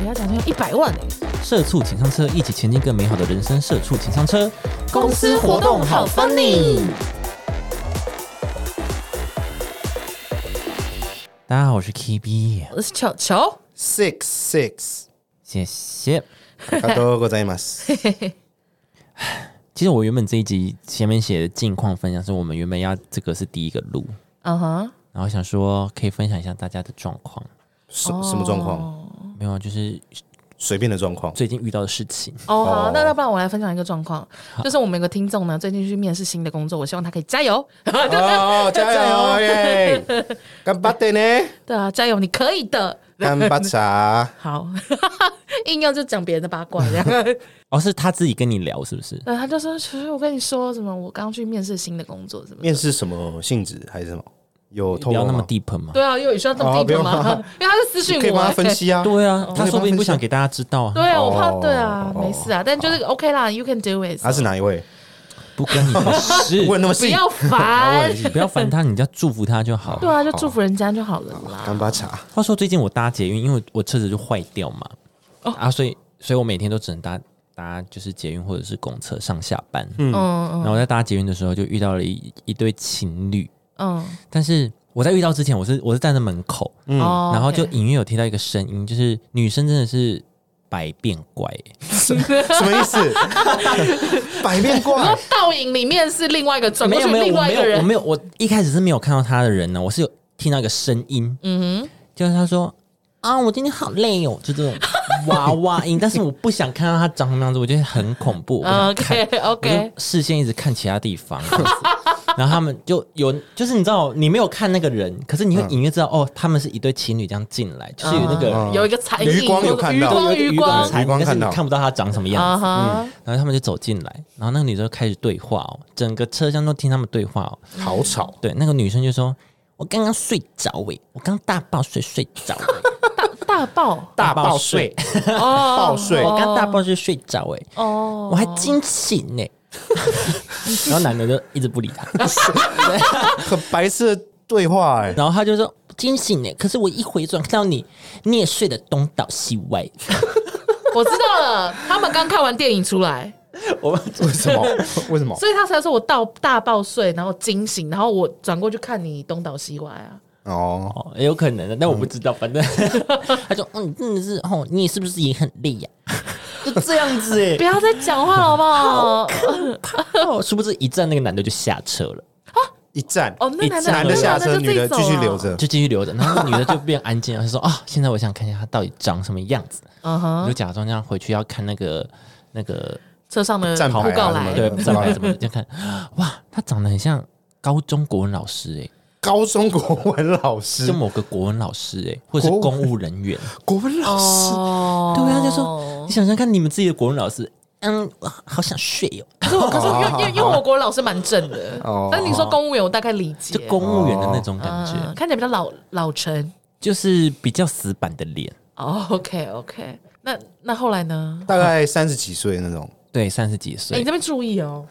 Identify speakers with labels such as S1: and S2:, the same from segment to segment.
S1: 你要奖金一百万哎、
S2: 社畜请上车，一起前进更美好的人生。社畜请上车，
S1: 公司活动好 funny。
S2: 大家好，我是 KB，
S1: 我是巧巧，
S3: six six，
S2: 谢谢。
S3: 卡多ございます。
S2: 其实我原本这一集前面写的近况分享，是我们原本要这个是第一个录，
S1: 嗯哼，
S2: 然后想说可以分享一下大家的状况，
S3: 什什么状况？
S2: 没有啊，就是
S3: 随便的状况。
S2: 最近遇到的事情。
S1: 哦好，
S3: 哦
S1: 那要不然我来分享一个状况，就是我们有个听众呢，最近去面试新的工作，我希望他可以加 油。
S3: 哦，加油耶！干巴的呢？
S1: 对啊，加油，你可以的。
S3: 干巴茶？
S1: 好， 硬要就讲别人的八卦这 样。
S2: 哦，是他自己跟你聊是不是？
S1: 呃，他就说：“其实我跟你说，什么我刚去面试新的工作，什 么的
S3: 面试什么性质还是什么？有透
S2: 聊
S3: 露
S2: 那么
S3: 吗？
S2: deep 吗？
S1: 对啊，因为你需要这么
S3: 哦不
S1: 低的
S3: 用
S1: 吗？
S3: 啊
S1: 因为他是私讯
S3: 可以
S1: 我、
S3: 帮他分
S1: 欸。
S3: 析啊。
S2: 对啊，他
S3: 可以
S2: 说不
S3: 帮
S2: 定不
S3: 他分
S2: 想
S3: 享
S2: 给大家知道啊，
S1: 对啊，我怕对啊
S3: 哦，哦
S1: 没事啊，但就是 OK 啦，You can do it
S3: 他。是哪一位？，
S2: 不关你的事
S3: 问那么
S1: 啊不
S3: 细？哦
S1: 要烦，
S2: 你不要烦他，你只要祝福他就好
S1: 对。啊，就祝福人家就好了啦。
S3: 干巴茶？
S2: 话说最近我搭捷运，因为我车子就坏掉嘛，
S1: 哦
S2: 啊，所以所以我每天都只能搭搭就是捷运或者是公车上下班。嗯，
S1: 嗯
S2: 然后我在搭捷运的时候就遇到了一一对情侣，
S1: 嗯
S2: 但是我在遇到之前，我是我是站在门口，
S1: 嗯，哦
S2: 然后就
S1: OK
S2: 隐约有听到一个声音，就是女生真的是百变怪、欸
S3: 什么意 思？百变怪？
S1: 倒影里面是另外一个转过去
S2: 没有没有，
S1: 另
S2: 我
S1: 外
S2: 没
S1: 一个
S2: 有我
S1: 人，
S2: 没有，我一开始是没有看到他的人呢，我是有听到一个声音，嗯哼，就是他说啊，我今天好累哦，就这种娃娃音，但是我不想看到他长什么样子，我觉得很恐 怖，我不想看
S1: OK，OK
S2: 我就视线一直看其他地方。这样子 然后他们就有，就是你知道，你没有看那个人，可是你会隐约知道，哦，他们是一对情侣这样进来，就是有那个
S3: 嗯
S1: 有一个残影，
S3: 余光有看到
S1: 余光
S2: 余
S1: 余
S2: 光
S1: 光
S2: 残影，
S3: 嗯余
S2: 但
S3: 光
S2: 是
S3: 看
S2: 你
S3: 到
S2: 看不到他长什么样子
S1: 啊。哈，
S2: 然后他们就走进来，然后那个女生就开始对话哦，整个车厢都听他们对话哦。
S3: 嗯好吵！
S2: 对，那个女生就说：“我刚刚睡着诶、我刚大爆睡睡着欸、
S1: 大 爆
S2: 大
S3: 爆睡，
S1: 哦，
S3: 嗯爆睡
S2: 我
S1: 哦
S2: 刚大爆睡睡着诶、
S1: 哦
S2: 我还惊醒呢、然后男的就一直不理他，
S3: 很白痴的对话 哎。
S2: 然后他就说惊醒欸呢、可是我一回转看到你，你也睡得东倒西歪。
S1: 我知道了，他们刚看完电影出来，
S2: 我们
S3: 为什么？为什么？
S1: 所以他才说我到大爆睡，然后惊醒，然后我转过去看你东倒西歪啊，
S3: 哦，
S2: 哦，也有可能的，但我
S3: 嗯
S2: 不知道，反正 他说：“哦，你真的是哦，你是不是也很累 呀、就这样子
S3: 哎
S2: 诶、
S1: 不要再讲话了好不好？
S2: 哦，殊不知一站那个男的就下车了。
S3: 一站
S1: 哦，那男的
S3: 男的下车，
S1: 那男就啊自
S3: 女
S1: 己
S3: 的
S1: 走
S3: 继续
S1: 了
S3: 留，着。
S2: 就继续留着，然后那女的就变安静了，她说：“哦，现在我想看一下她到底长什么样子。”
S1: 嗯
S2: 我
S1: 哼
S2: 就，假装这样回去要看那个那个
S1: 车上的
S3: 站牌啊
S1: 布告
S3: 什么
S1: 来
S3: 的，
S2: 对
S3: 嗯
S2: 站牌怎么的，就看哇，她长得很像高中国文老师哎、
S3: 高中国文老师
S2: 就，某个国文老师哎、或者是
S3: 国
S2: 公务人员。
S3: 国文老师，
S1: 哦
S2: 对啊，就说你想想看，你们自己的国文老师，嗯，我好想睡哦，
S1: 可是我，可是因为因为因为我国文老师蛮正的
S3: 哦，
S1: 但你说公务员，我大概理解
S2: 就。公务员的那种感觉，
S1: 嗯，看起来比较老老成。
S2: 就是比较死板的脸。
S1: 哦，OK OK，那那后来呢？
S3: 大概三十几岁 那种。
S2: 对，三十几
S1: 哎，
S2: 岁
S1: 你，这边注意哦，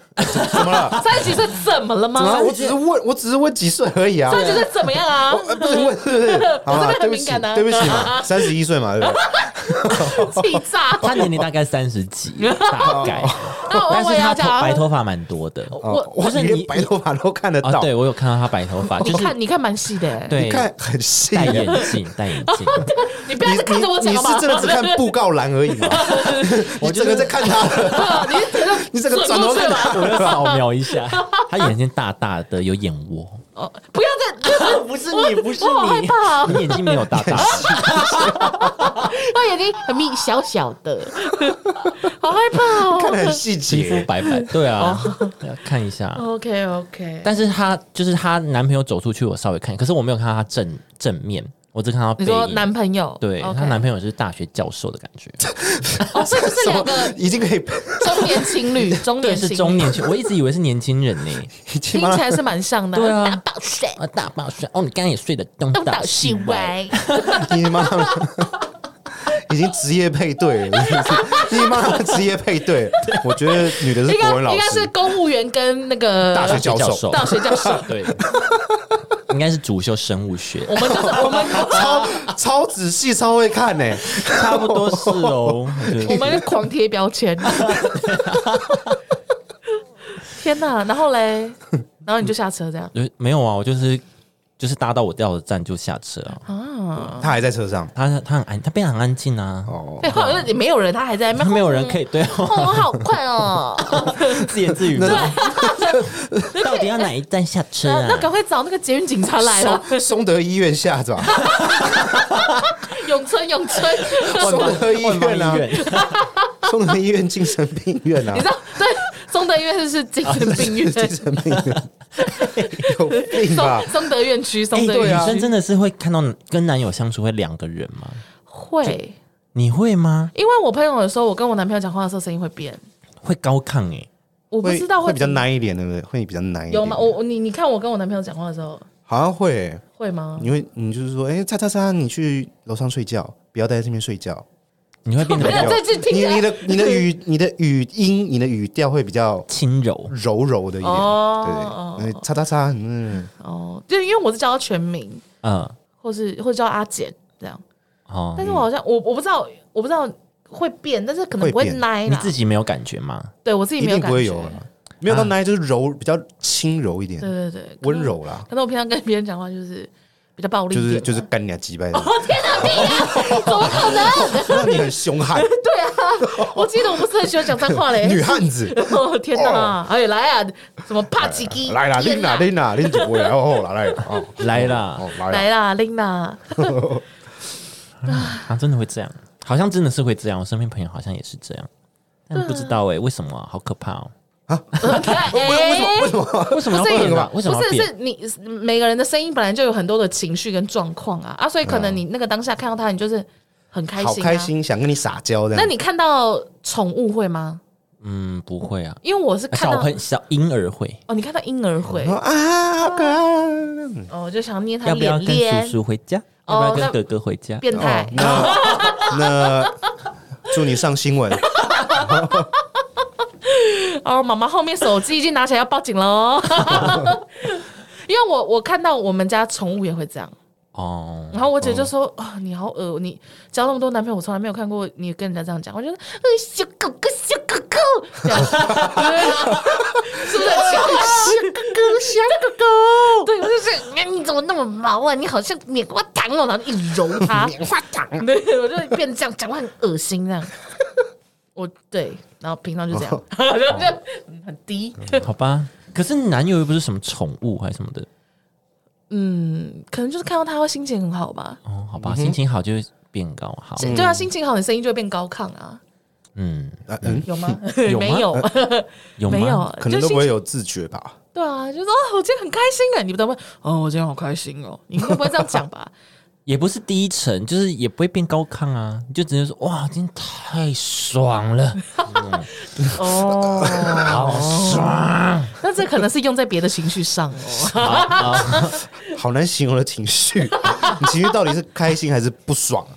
S3: 怎么了？
S1: 三十几岁怎么了
S3: 怎么
S1: 吗
S3: 了？？我只是问，我只是问几岁而已啊。
S1: 三十几岁怎么样啊？
S3: 呃不是问，是不是？
S1: 我
S3: 好
S1: 这边
S3: 啦
S1: 很
S3: 对不
S1: 敏
S3: 起
S1: 感啊，
S3: 对不起嘛，三十一岁嘛，对 不对？
S1: 气炸！
S2: 他年龄大概三十几， 大概，
S1: 那
S2: 但
S1: 我
S2: 是
S1: 也要
S2: 他头
S1: 讲啊
S2: 白，头发蛮多的。
S3: 哦，
S1: 我
S3: 我
S2: 就是你
S3: 连白头发都看得
S2: 啊，
S3: 到，
S2: 对我有看到他白头发，
S1: 你
S2: 就是
S1: 看你看蛮细的欸，
S2: 对
S3: 你看很细
S2: 戴
S3: 耶。
S2: 眼镜， 戴眼镜，
S1: 你不要再哎看着我
S3: 你
S1: 讲
S3: 你
S1: 好不好？
S3: 是真的只看布告栏而已 吗？我整个在看他的，
S1: 啊
S3: 你整个转头看他，
S2: 我要扫描一下，他眼睛大大的，有眼窝，
S1: 哦， 不要再，
S2: 哦不是 你，不是
S1: 我好害怕哦
S2: 你，你眼睛没有大大的，
S1: 我眼睛很眯小小的，好害怕
S3: 看得
S1: 哦。
S3: 很细
S2: 皮肤
S3: 节。
S2: 白白，对啊，要看一下。
S1: OK OK，
S2: 但是她就是她男朋友走出去，我稍微看，可是我没有看到她正正面，我只看到
S1: 你
S2: 背
S1: 说
S2: 影。
S1: 男朋友
S2: 对，她
S1: OK
S2: 男朋友是大学教授的感觉，
S1: 哦，所以这是两个
S3: 已经可以，
S1: 中年情侣，中
S2: 对，
S1: 年
S2: 是
S1: 情侣
S2: 中年期，我一直以为是年轻人 呢。
S3: 已
S1: 听
S3: 经帮
S1: 起
S3: 他
S1: 来是蛮像的。
S2: 对啊
S1: 大爆睡，
S2: 啊，大爆睡哦，你刚刚也睡得东
S1: 东
S2: 倒
S1: 倒
S2: 西
S1: 西
S2: 歪。
S1: 歪。
S3: 已经帮他们，已经职业配对 了，已经帮他们职业配对了。我觉得女的是
S1: 应
S3: 国
S1: 该
S3: 文老
S1: 应该是
S3: 师，
S1: 公务员跟那个
S3: 大学教
S2: 教
S3: 授
S2: 授
S1: 大学教授
S2: 对，应该是主修生物学，
S1: 我们就是我们
S3: 超超仔细，超会看呢、
S2: 差不多是哦。 我觉
S1: 我
S2: 得
S1: 们狂贴标 签。天哪！然后嘞，然后你就下车这样
S2: 就没有啊，我就是就是搭到我掉的站就下车啊。
S1: 啊？
S3: 他还在车上
S2: 他他很安，他变得很安静啊，
S3: 哦，
S1: 对，好像也没有人，他还在那
S2: 他
S1: 边，
S2: 没有人可以对
S1: 哦，
S2: 哦，
S1: 我好快 哦！
S2: 自言自语吗？ 到底要哪一站下车
S1: 那
S2: 啊
S1: 那？赶快找那个捷运警察来了，
S3: 松松德医院 下是吧？
S1: 永春永春，
S3: 松德医
S2: 万
S3: 院
S2: 邦
S3: 啊
S2: 医，院，
S3: 松德医院精神病院啊
S1: 你知，道对松德医院是精神病 院，
S3: 精神病院有病吧
S1: 松？松德院区，
S2: 哎，
S1: 松德
S2: 女
S3: 啊
S1: 院
S2: 生
S1: 区
S2: 真的是会看到跟男友相处会两个人吗？
S1: 会。
S2: 你会吗？
S1: 因为我朋友有时候，我跟我男朋友讲话的时候声音会变，
S2: 会高亢哎，
S1: 我不
S3: 会
S1: 知道
S3: 会比较
S1: 怎么
S3: 难一点，对不对？会比较难一点。
S1: 有吗？我我你你看我跟我男朋友讲话的时候
S3: 好像会欸、
S1: 会吗？
S3: 你会你就是说，哎、叉叉叉，你去楼上睡觉，不要待在这边睡觉。
S2: 你会变得
S1: 没
S2: 比
S1: 有
S2: 较
S1: 这句听起
S3: 你
S1: 来
S3: 你的你的语你的语音你的语调会比较
S2: 轻 柔。
S3: 柔柔的一点，
S1: 哦
S3: 对对哎对，叉叉叉，嗯，
S1: 哦，对，因为我是叫他全名，
S2: 嗯，
S1: 或是或者叫阿简这样，
S2: 哦
S1: 但，是我好像我我不知道我不知道会变，但是可能不会
S3: 会变
S1: 奶
S2: 你
S1: 啦
S2: 自。己没有感觉吗？
S1: 对我自己
S3: 一
S1: 没有
S3: 定不
S1: 感
S3: 会
S1: 觉
S3: 有，啊啦，没有到奶就是柔，比较轻柔一点，
S1: 对对对，
S3: 温柔啦，
S1: 可能我平常跟别人讲话就是比较暴力
S3: 就
S1: 一
S3: 是
S1: 点，
S3: 就是干你俩鸡掰的，
S1: 哦怎么可 能？啊
S3: 那你很凶 悍，
S1: 我记得我不是很喜欢讲脏话嘞。
S3: 女汉子，
S1: 哦天哪！哎来啊，什么帕吉基
S3: 来啦，拎啦，拎啦，拎主播来哦，来来哦，
S2: 来啦
S3: 哦 来啦，
S1: 来啦，Lina，
S2: 啊，真的会这样，好像真的是会这样。我身边朋友好像也是这样，但不知道哎，为什么啊？好可怕 哦！
S1: 为
S3: 为什
S1: 哎
S3: 么为什么？
S2: 为什么要
S1: 不是
S2: 变
S1: 有
S2: 啊？为什么
S1: 不
S2: 要
S1: 是
S2: 变？
S1: 是你每个人的声音本来就有很多的情绪跟状况啊啊，所以可能你那个当下看到他，你就是很开心、
S3: 好
S1: 啊，
S3: 开。心，想跟你撒娇这
S1: 那
S3: 样。
S1: 你看到宠物会吗？
S2: 嗯，不会啊，
S1: 因为我是看
S2: 小
S1: 到
S2: 朋小婴儿会。
S1: 哦，你看到婴儿会
S3: 然后啊，好可爱！
S1: 哦，我就想捏他
S2: 要不要
S1: 脸
S2: 跟叔
S1: 脸，
S2: 叔回家？
S1: 哦
S2: 要不
S1: 那
S2: 要跟哥哥回家？
S1: 变态
S3: 哦，。那那祝你上新闻，
S1: 哦，妈妈后面手机已经拿起来要报警了 哦，因为我我看到我们家宠物也会这样，
S2: 哦，
S1: 然后我姐就说：“啊、你好恶，你交那么多男朋友，我从来没有看过你跟人家这样讲。”我觉得，呃，小狗狗，小狗狗，这样呃是不是很奇 怪？小狗狗，小狗狗，对，我就是，哎你怎么那么毛啊？你好像棉花糖哦，然后一揉它，棉花糖，对，我就会变这样，讲话很恶心 这样。我对， 然后平常就这
S2: 哦
S1: 样，就就嗯很低，
S2: 好吧。可是男友又不是什么宠物还是什么的
S1: 可能就是看到他会心情很好吧。
S2: 哦，好吧，心情好就会变高。好，
S1: 对啊，心情好，你声音就会变高亢啊，
S2: 嗯，
S3: 啊嗯，
S1: 有 吗？
S2: 有吗呃
S1: 没有，
S2: 有吗
S1: 没有？，
S3: 可能
S1: 就心
S3: 都不
S1: 情
S3: 会有自觉吧。
S1: 对啊，就说哦，我今天很开心哎，你们都会哦，我今天好开心哦，你会不会这样讲吧？
S2: 也不是低沉，就是也不会变高亢啊，你就只能说哇，今天太爽了，
S1: 哦，
S2: 好爽。
S1: 那这可能是用在别的情绪上 哦。
S3: 好难形容的情绪， 你情绪到底是开心还是不爽？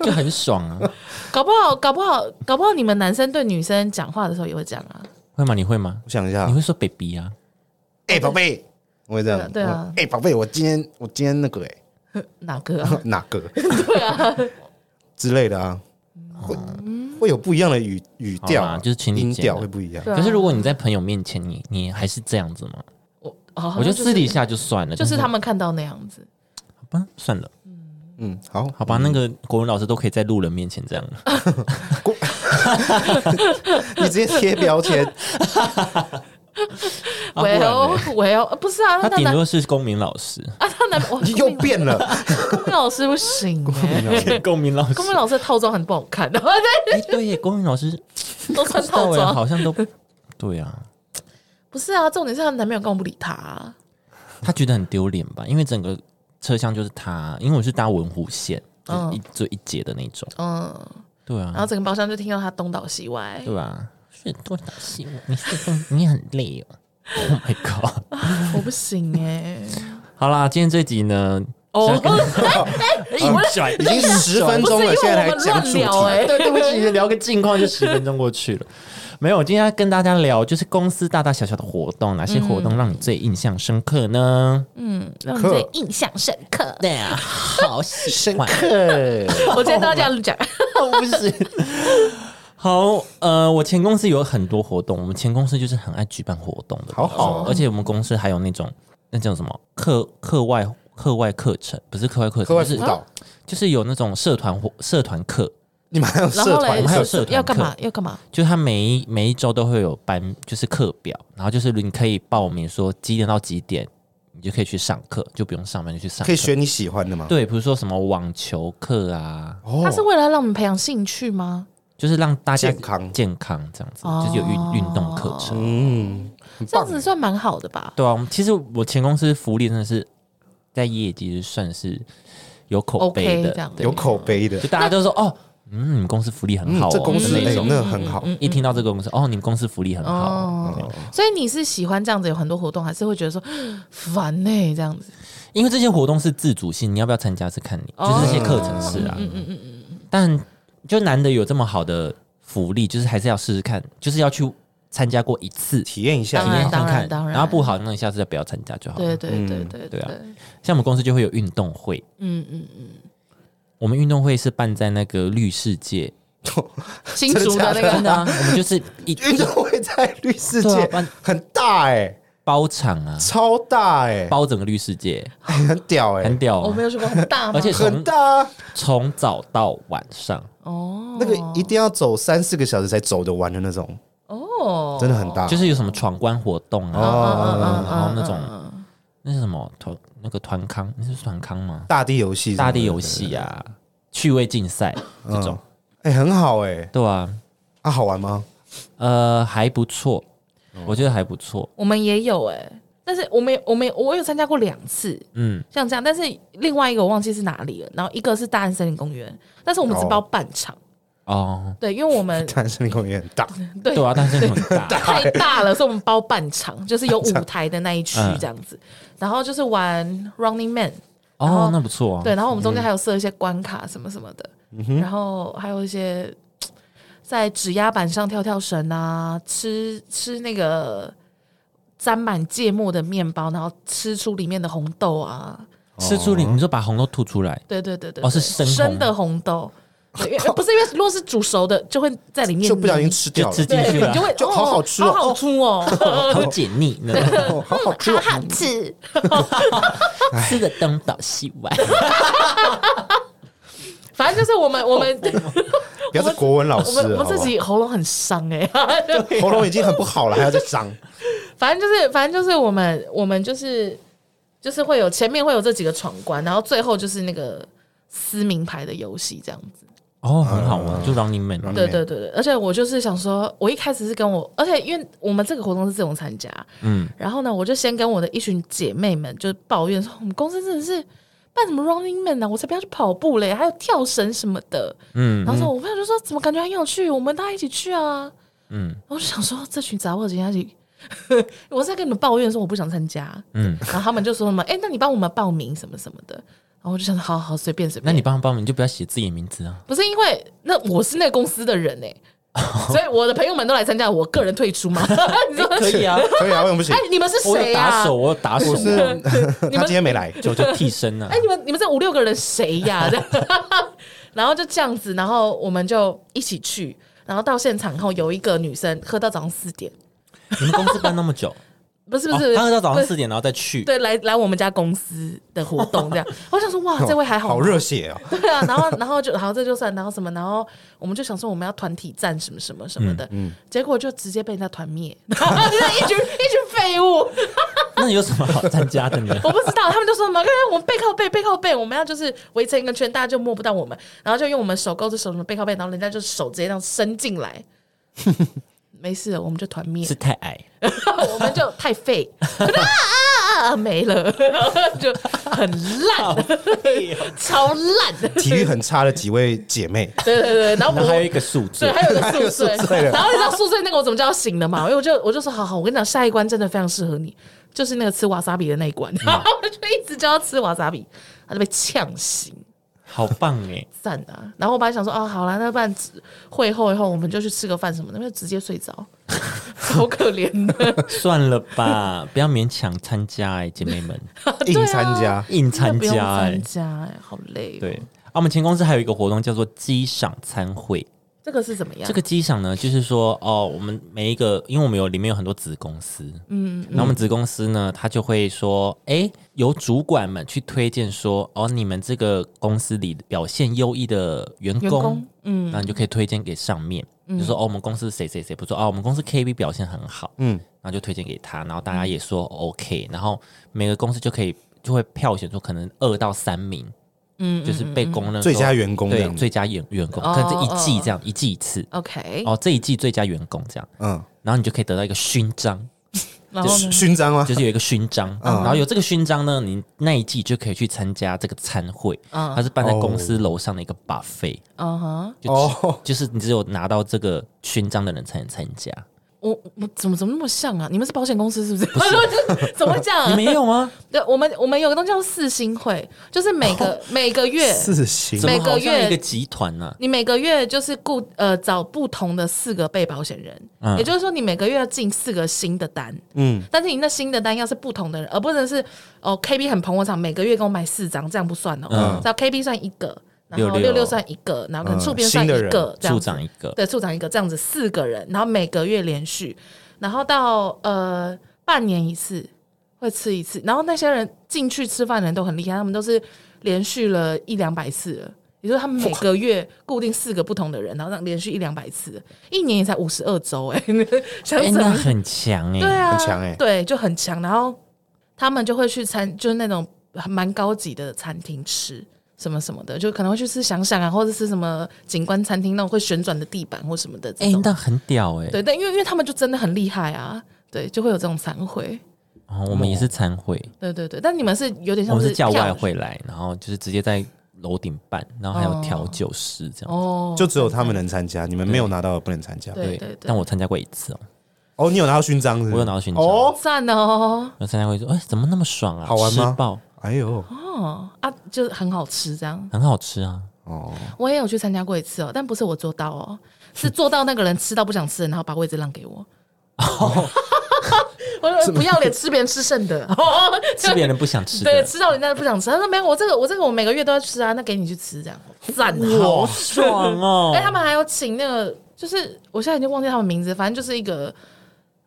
S2: 就很爽啊，
S1: 搞不好，搞不好，搞不好你们男生对女生讲话的时候也会这样啊。
S2: 会吗？你会吗
S3: 我？想一下
S2: 你，会说 baby 啊？
S3: 哎，宝贝，我会这样，
S1: 啊对啊
S3: 我哎，宝贝，我今天我今天那个哎，
S1: 哪个、
S2: 嗯
S1: 啊？
S3: 哪个？对啊， 之类的啊，会会有不一样的语语调
S2: 好
S3: 啊，
S2: 啦就是情侣
S3: 音
S2: 间
S3: 调
S2: 的
S3: 会不一样
S1: 嗯对。啊
S2: 可是如果你在朋友面前，你你还是这样子吗？
S1: 我哦，
S2: 我觉得
S1: 就
S2: 私
S1: 是
S2: 底下就算了，
S1: 就是
S2: 但
S1: 他们看到那样子。
S2: 好吧，算了，
S3: 嗯，好，
S2: 好吧，那个国文老师都可以在路人面前 这样
S1: 啊
S2: 了。
S3: 你直接贴标 签，
S2: 啊不然
S1: well well，呃不是啊，
S2: 他
S1: 那
S2: 顶
S1: 男
S2: 多是公民老 师，
S1: 啊，他男 哇
S3: 你又变了。
S1: 公民老师不行哎、
S2: 公民老师
S1: 公民老师的套装很不好看， 对，
S2: 哎，对耶，公民老师
S1: 都穿
S2: 到
S1: 套
S2: 位
S1: 装。
S2: 好像都对啊，
S1: 不是啊，重点是她男朋友根本不理她、啊。
S2: 他觉得很丢脸吧？因为整个车厢就是他，因为我是搭文湖线，就是一就一节的那种，
S1: 嗯，
S2: 对
S1: 然后
S2: 啊，
S1: 整个包厢就听到她东倒西歪。
S2: 对啊吧？是多少戏？你是你很累哦。Oh my god！
S1: 我不行 哎、
S2: 好啦，今天这集呢，
S1: 哦，哎
S2: 一 转
S3: 已经十分钟了，
S1: 不是
S3: 现
S1: 因为我
S3: 在还
S1: 们
S3: 讲
S1: 乱
S3: 主题，
S1: 聊哎
S2: 对，对不起，聊个近况就十分钟过去了。没有，我今天要跟大家聊，就是公司大大小小的活动，哪些活动让你最印象深刻呢？
S1: 让你最印象深刻。
S2: 嗯对啊，好喜欢，
S1: 我今天都要这样讲，
S2: 不 是。 好，呃，我前公司有很多活动，我们前公司就是很爱举办活动的，哦
S3: 好啊好
S2: 而且我们公司还有那种那叫什么课课外课外课程，不是课外课程，
S3: 课外
S2: 就是
S3: 辅导，
S2: 就是有那种社团活社团课，
S3: 你们还有
S1: 然
S3: 社
S1: 后嘞
S3: 团
S2: 我们还有社
S1: 是
S2: 团
S1: 要干
S2: 课
S1: 嘛？要干嘛？
S2: 就是他每一每一周都会有班，就是课表，然后就是你可以报名说几点到几点，你就可以去上课，就不用上班就去上课。
S3: 可以选你喜欢的吗？
S2: 对，比如说什么网球课啊，
S3: 哦
S1: 他是为了让我们培养兴趣吗？
S2: 就是让大家
S3: 健康
S2: 健康这样子，
S1: 哦
S2: 就是有运运动课程。
S3: 嗯，很
S2: 欸
S1: 这样
S3: 棒
S1: 子算蛮好的吧？
S2: 对啊，我们其实我前公司福利真的是在业绩算是有口碑
S1: OK，
S2: 的
S1: 这样
S3: 有口碑的
S2: 就，大家都说哦，嗯，你们公司福利很
S3: 嗯
S2: 好、哦，，
S3: 这公司
S2: 的那
S3: 哎
S2: 种。
S3: 那很好，
S2: 一听到这个公司，哦，你们公司福利很好，
S1: 嗯哦，所以你是喜欢这样子有很多活动，还是会觉得说 嗯烦呢、这样子？
S2: 因为这些活动是自主性，你要不要参加是看你，就是这些课程是啊，嗯嗯嗯嗯，但就难得有这么好的福利，就是还是要试试看，就是要去参加过一次，体
S3: 体验一下
S1: 当然
S2: 验看看，
S1: 当然
S2: 后不好那你下次再不要参加就好
S1: 对
S2: 了。
S1: 对对对
S2: 对
S1: 对
S2: 啊像我们公司就会有运动会，
S1: 嗯嗯嗯，
S2: 我们运动会是办在那个绿世界，
S1: 新竹的那
S2: 真的
S1: 个
S2: 啊， 我们就是一
S3: 运动会在绿世
S2: 对啊
S3: 界
S2: 不然
S3: 很大哎，
S2: 包场啊，
S3: 超大哎，
S2: 包整个绿世界，
S3: 哎很屌哎
S2: 很，屌
S1: 我
S2: 啊，
S1: 没有去过很大吗？
S2: 而且
S3: 很
S2: 从
S3: 大啊，
S2: 从早到晚上，
S1: 哦，
S3: 那个一定要走三四个小时才走得完的那种，
S1: 哦，
S3: 真的很大，
S2: 就是有什么闯关活动啊，然后那种那是什么团那个团康，那是团康吗？
S3: 大地游戏，
S2: 大地游戏啊，趣味竞赛这种，
S3: 哎，很好哎，
S2: 对啊，
S3: 啊，好玩吗？
S2: 呃，还不错，我觉得还不错，
S1: 我们也有哎、但是我们也我们也我有参加过两次，
S2: 嗯，
S1: 像这样，但是另外一个我忘记是哪里了，然后一个是大安森林公园，但是我们只包半场，
S2: 哦，
S1: 对，因为我们
S3: 但是林公园很大，
S1: 对
S2: 对啊，但是很大，
S1: 太大了，所以我们包半场，就是 有舞台的那一
S2: 嗯
S1: 区这样子。然后就是玩 Running Man，
S2: 哦，那不错啊，
S1: 对，然后我们中间还有设一些关卡什么什么的，
S2: 嗯
S1: 然后还有一些嘖在指压板上跳跳绳啊，吃吃那个沾满芥末的面包，然后吃出里面的红豆啊，
S2: 吃出你，你说把红豆吐出来，
S1: 对对对对，
S2: 哦是
S1: 对
S2: 生红
S1: 的红豆，对因为不是因为如果是煮熟的就会在里面
S3: 就不小心
S1: 黏
S3: 吃掉
S2: 就吃
S3: 了，
S2: 进去
S1: 对，
S2: 了
S1: 你就会
S3: 就好好吃哦
S1: 好好吃哦，
S2: 很解 腻呢，
S3: 哦 好好吃哦，
S1: 好吃。
S2: 吃的东倒西歪，
S1: 反正就是我们我们
S3: 不 要是国文老
S1: 我
S3: 师
S1: 们
S3: 了，
S1: 我们
S3: 好
S1: 自
S3: 不好
S1: 己喉咙很伤哎、
S3: 喉咙已经很不好了，还要再 长，
S1: 反正就是反正就是我们我们就是就是会有前面会有这几个闯关，然后最后就是那个撕名牌的游戏这样子。
S2: 哦，很好玩，就 Running Man，
S1: 对对对对，而且我就是想说，我一开始是跟我，而且因为我们这个活动是自动参加，
S2: 嗯，
S1: 然后呢，我就先跟我的一群姐妹们就抱怨说，我们公司真的是办什么 Running Man 啊，我才不要去跑步嘞，还有跳绳什么的。
S2: 嗯
S1: 然后说我朋友就说，怎么感觉很有趣，我们大家一起去啊。
S2: 嗯
S1: 然后我就想说，这群杂货人家去， 我是在跟你们抱怨说我不想参加，
S2: 嗯，
S1: 然后他们就说什么，哎、那你帮我们报名什么什么的。然后我就想说，好好随便随
S2: 那
S1: 便。
S2: 你帮帮忙，你就不要写自己的名字 啊，
S1: 不是因为那我是那个公司的人呢、欸 所以我的朋友们都来参加，我个人退出嘛。 你说
S2: 可以啊，
S3: 可以啊，为什么不行
S1: 哎？，你们是
S2: 我有
S1: 谁
S2: 打
S1: 呀、
S2: 手， 我有打手
S3: 我是
S2: 啊，
S1: 你
S3: 他
S1: 们
S3: 今天没来，
S2: 就就替身啊
S1: 哎、，你们你们这五六个人谁呀、这 样然后就这样子，然后我们就一起去，然后到现场后有一个女生喝到早上四点，
S2: 你们公司办那么 久，
S1: 不是不
S2: 哦
S1: 是，
S2: 他喝到早
S1: 不
S2: 上
S1: 是
S2: 四点，然后哦再去。
S1: 对，来来我们家公司的活动这样。我想说，哇，这位还好，
S3: 哦好热血 啊！
S1: 对啊。然后然后就好，这就算，然后什么，然后我们就想说我们要团体战什么什么什么的，
S2: 嗯
S1: 结果就直接被人家团灭，然后就是一群一群废物。
S2: 那有什么好参 加的呢？
S1: 我不知道，他们就说什么，看看我们背靠背，背靠背，我们要就是围成一个圈，大家就摸不到我们，然后就用我们手勾着手什么背靠背，然后人家就手直接这样伸进 来。没事了，我们就团灭
S2: 是，太矮，
S1: 我们就太废，啊没了，就很烂，
S2: 哦
S1: 超烂。
S3: 体育很差的几位 姐妹，
S1: 对对对，然后
S2: 那还有一
S1: 我。
S2: 个数 字
S1: 对，，还有一个宿
S3: 还有宿醉
S1: 醉，
S3: 了
S1: 然后你知道宿醉那个我怎么叫醒的嘛？因为我就我就说好好，我跟你讲，下一关真的非常适合你，就是 那个吃瓦萨比的那一关，然后我就一直叫他吃瓦萨比，他就被呛醒。
S2: 好棒哎、
S1: 赞啊！然后我本来想说，哦，好啦，那不然会后以后我们就去吃个饭什么的，那就直接睡着， 好可怜的，
S2: 算了吧，不要勉强参加哎、姐妹们，
S3: 硬参加
S1: 啊
S2: 硬 参
S1: 真的不用
S2: 加哎、
S1: 参加哎、好累、
S2: 对，，啊，我们前公司还有一个活动叫做机赏参会。
S1: 这个是怎么样？
S2: 这个机赏呢，就是说哦，我们每一个，因为我们有里面有很多子公司，嗯，那我们子公司呢，他就会说，哎，由主管们去推荐说，哦，你们这个公司里表现优异的员
S1: 员
S2: 工，
S1: 工
S2: 嗯，那你就可以推荐给上面，就说哦，我们公司谁谁谁不错，哦，我们公司 KB 表现很好，嗯，然后就推荐给他，然后大家也说 OK，然后每个公司就可以就会票选出可能二到三名。嗯，就是被公认说
S3: 最佳员工这
S2: 对
S3: 样子
S2: 最佳员员工，
S1: 哦
S2: 可能这一季这样，一季一次。
S1: OK，、
S2: 哦，这一季最佳员工这样，
S3: 嗯，
S2: 然后你就可以得到一个勋章，
S1: 然后呢
S3: 勋？勋章吗
S2: 就？是有一个勋章，然后有这个勋章呢，你那一季就可以去参加这个餐会，它是办在公司楼上的一个 buffet，
S1: 嗯哼，
S2: 就
S3: 哦
S2: 就是你只有拿到这个勋章的人才能参加，
S1: 我我怎么怎么那么像啊？你们是保险公司是不是？ 怎么会这样、啊
S2: 你没 有吗？
S1: 对，我们我们有个东西叫四星会，就是每个、每个月，
S3: 四星
S2: 怎么
S1: 每
S2: 好
S1: 个
S2: 像
S1: 月
S2: 一个集团啊呢？
S1: 你每个月就是固呃找不同的四个被保险人，也就是说你每个月要进四个新的单，嗯，但是你那新的单要是不同的人，而不能是哦 KB 很捧我场，每个月给我买四张，这样不算哦，只要 KB 算一个，然后
S2: 六
S1: 六
S2: 六
S1: 六算一个，然后可能
S3: 嗯
S1: 触边算一
S3: 新的人
S1: 个，这样
S2: 处
S1: 子
S2: 长一个，
S1: 对，处长一个这样子，四个人，然后每个月连续，然后到呃半年一次会吃一次，然后那些人进去吃饭的人都很厉害，他们都是连续了一两百次了，也就是他们每个月固定四个不同的人，然后让连续一两百次，一年也才五十二周，哎，想
S2: 哎，
S1: 怎
S2: 那
S1: 么？
S2: 很强
S1: 对
S2: 哎，
S1: 啊，
S3: 很强欸
S1: 对，就很强，然后他们就会去餐，就是那种蛮高级的餐厅吃。什么什么的，就可能会去吃想想啊，或者是什么景观餐厅那种会旋转的地板或什么的这
S2: 哎
S1: 种。，
S2: 那很屌哎，
S1: 对，但因为因为他们就真的很厉害啊，对，就会有这种残会，
S2: 哦，我们也是参会，
S1: 对对对。但你们是有点
S2: 我
S1: 像
S2: 们是叫
S1: 跳
S2: 外会来，然后就是直接在楼顶办，然后还有调酒师这样。
S1: 哦，
S3: 就只有他们能参加，你们没有拿到的不能参加。
S1: 对对对
S2: 但我参加过一次哦，
S3: 哦，你有拿到勋章是不是？
S2: 我有拿到勋章
S3: 哦，
S1: 赞哦
S2: 我参加过一次，哎、怎么那么爽啊？
S3: 好玩吗
S2: 吃爆，
S3: 哎呦，
S1: 哦啊，就是很好吃这样。
S2: 很好吃啊！
S3: 哦，
S1: 我也有去参加过一次哦，但不是我做到哦，是做到那个人吃到不想吃，然后把位置让给我。
S2: 哦
S1: 我说不要脸，吃别人吃剩的，
S2: 吃别人不想吃
S1: 对，
S2: 哦的，
S1: 吃到人家不想吃。他说没有，我这个我这个我每个月都要吃啊，那给你去吃这样，赞
S2: 哦
S1: 好
S2: 爽哦！
S1: 哎、他们还有请那个，就是我现在已经忘记他们名字，反正就是一个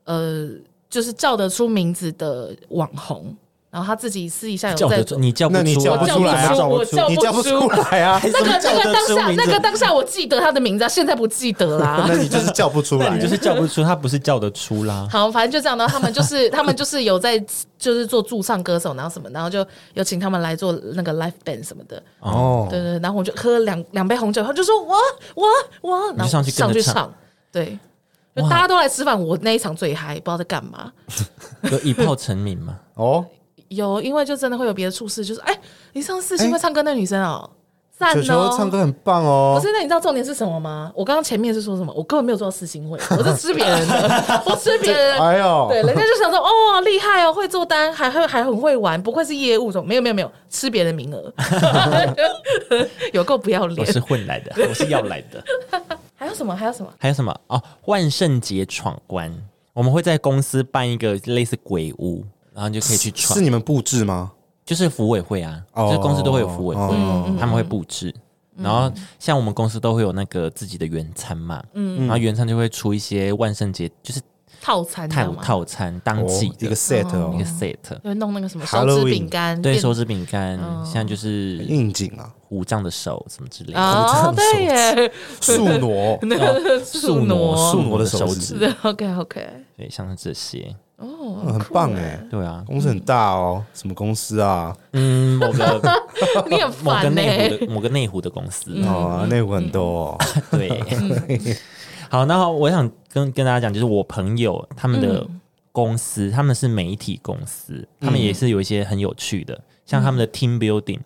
S1: 呃，就是叫得出名字的网红，然后他自己私底下有
S2: 叫
S1: 在
S2: 得出，你叫不
S3: 哦那你
S2: 出
S3: 叫不
S1: 叫不
S3: 出来啊，
S1: 出我叫
S3: 你
S1: 不
S3: 叫不
S1: 出
S3: 出来 啊，
S1: 哎那个那个当下那个
S2: 字，
S1: 当下我记得他的名字、啊，现在不记得 啦
S3: 那。你就是叫不出来
S2: 你，就是叫不出，他不是叫得出啦。
S1: 好，反正就这样。然后他们就是他们就是有在就是做驻唱歌手，然后什么，然后就有请他们来做那个 live band 什么的。
S3: 哦，
S1: 对对，对然后我就喝了两两杯红酒，他就说我我我，然后
S2: 上去跟
S1: 上
S2: 着
S1: 去
S2: 唱
S1: 唱，对，就大家都来吃饭，我那一场最嗨，不知道在干嘛。
S2: 就一炮成名嘛，
S3: 哦，
S1: 有，因为就真的会有别的处事，就是哎、你上次星会唱歌那女生哦，赞
S3: 球球
S1: 哦。
S3: 唱歌很棒
S1: 不
S3: 哦
S1: 是，，那你知道重点是什么吗？我刚刚前面是说什么？我根本没有做到四星会，我是吃别人的，我吃别人的。
S3: 哎呦，
S1: 对，人家就想说，哦，厉害哦，会做单，还会还很会玩，不愧是业务，什么没有没有没有，吃别人的名额， 有够不要
S2: 我
S1: 脸。
S2: 是混来的，我是要来的。
S1: 还有什么？还有什么？
S2: 还有什么？哦，万圣节闯关，我们会在公司办一个类似鬼屋，然后你就可以去闯
S3: 是。你们布置吗？
S2: 就是服委会啊，
S3: 哦
S2: 就是公司都会有服委会，
S1: 嗯
S2: 他们会布置。然后像我们公司都会有那个自己的原餐嘛，
S1: 嗯
S2: 然后原餐就会出一些万圣节就是
S1: 套餐这样
S2: 套
S1: 吗？
S2: 套餐当
S3: 哦
S2: 季
S3: 一
S2: 的
S3: 个 set
S1: 嗯
S2: 一个，
S3: 哦
S2: set，
S1: 就弄那个什么手指饼干，
S2: 对
S1: 变
S2: 手指饼干，
S1: 嗯
S2: 像就是
S3: 应景啊，
S2: 虎杖的手什么之类的，
S1: 哦，对耶，
S3: 素 挪哦
S1: 那个
S2: 哦素挪
S3: 素
S2: 素
S3: 挪
S2: 挪
S3: 的
S2: 的
S3: 手
S2: 手
S3: 指
S2: 指，
S1: 对，OK OK，
S2: 对，像是这些，
S1: 哦，
S3: 很
S1: 酷
S3: 棒
S1: 耶
S3: 哎，
S2: 对啊，
S3: 公司很大哦，什么公司啊？
S2: 嗯，某 个
S1: 你很
S2: 某个
S1: 烦
S2: 内
S1: 哎
S2: 湖，的某个内湖的公司，
S1: 嗯
S3: 哦，内湖很多哦，
S2: 对，嗯好，那我想跟跟大家讲，就是我朋友他们的公司，他们是媒体公司，他们也是有一些很有趣的，像他们的 team building，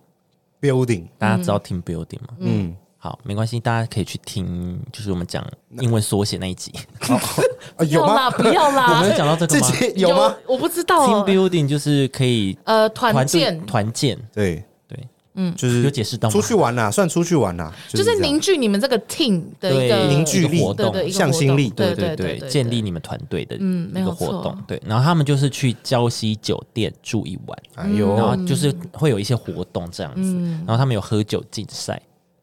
S3: building，
S2: 大家知道 team building 吗？嗯，好，没关系，大家可以去听，就是我们讲英文缩写那一集，
S3: 啊
S1: 不嗯要
S3: 有吗
S1: 啦，？不要
S2: 我没有
S1: 啦，
S2: 讲到这
S3: 自
S2: 个吗
S3: 己有吗？？
S1: 我不知道
S2: ？team
S1: 哦，
S2: building 就是可以
S1: 呃，
S2: 团
S1: 团
S2: 队
S1: 建，
S2: 团建，
S3: 对，
S2: 对，
S3: 嗯，就是
S2: 有解释到吗
S3: 出去玩啦，算出去玩啦，
S1: 就是是
S3: 这样
S1: 凝聚你们这个 team 的一个
S2: 对
S3: 凝聚力
S2: 一个活动
S1: 对对一个
S3: 向心
S1: 活动
S3: 力
S1: 对
S3: 对
S1: 对
S2: 建立你们团队的
S1: 嗯没
S2: 一
S1: 有
S2: 个活
S1: 错
S2: 动，对，然后他们就是去礁溪酒店住一晚，
S3: 哎
S2: 然
S1: 嗯
S2: 后
S3: 呦，
S2: 就是会有一些活动这样子，然后他们有喝酒竞赛，